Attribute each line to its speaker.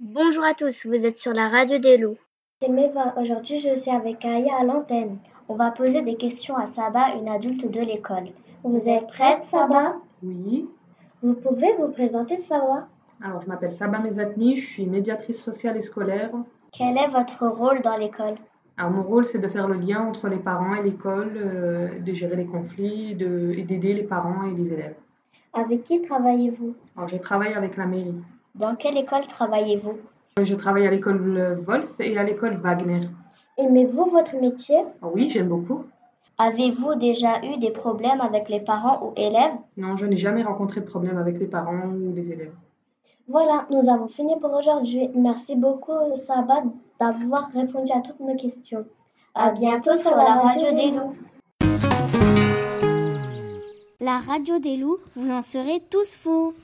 Speaker 1: Bonjour à tous, vous êtes sur la radio des loups.
Speaker 2: C'est Meva, aujourd'hui je suis avec Aya à l'antenne. On va poser des questions à Saba, une adulte de l'école. Vous êtes prête Saba
Speaker 3: Oui,
Speaker 2: Vous pouvez vous présenter Saba
Speaker 3: alors je m'appelle Saba Mezatni, je suis médiatrice sociale et scolaire.
Speaker 2: Quel est votre rôle dans l'école
Speaker 3: Alors mon rôle, c'est de faire le lien entre les parents et l'école, euh, de gérer les conflits de- et d'aider les parents et les élèves.
Speaker 2: Avec qui travaillez-vous
Speaker 3: Alors je travaille avec la mairie.
Speaker 2: Dans quelle école travaillez-vous
Speaker 3: Euh, Je travaille à l'école euh, Wolf et à l'école Wagner.
Speaker 2: Aimez-vous votre métier
Speaker 3: Ah Oui, j'aime beaucoup.
Speaker 2: Avez-vous déjà eu des problèmes avec les parents ou élèves
Speaker 3: Non, je n'ai jamais rencontré de problème avec les parents ou les élèves.
Speaker 2: Voilà, nous avons fini pour aujourd'hui. Merci beaucoup Saba d'avoir répondu à toutes nos questions. À bientôt sur la radio des loups.
Speaker 4: La radio des loups, vous en serez tous fous.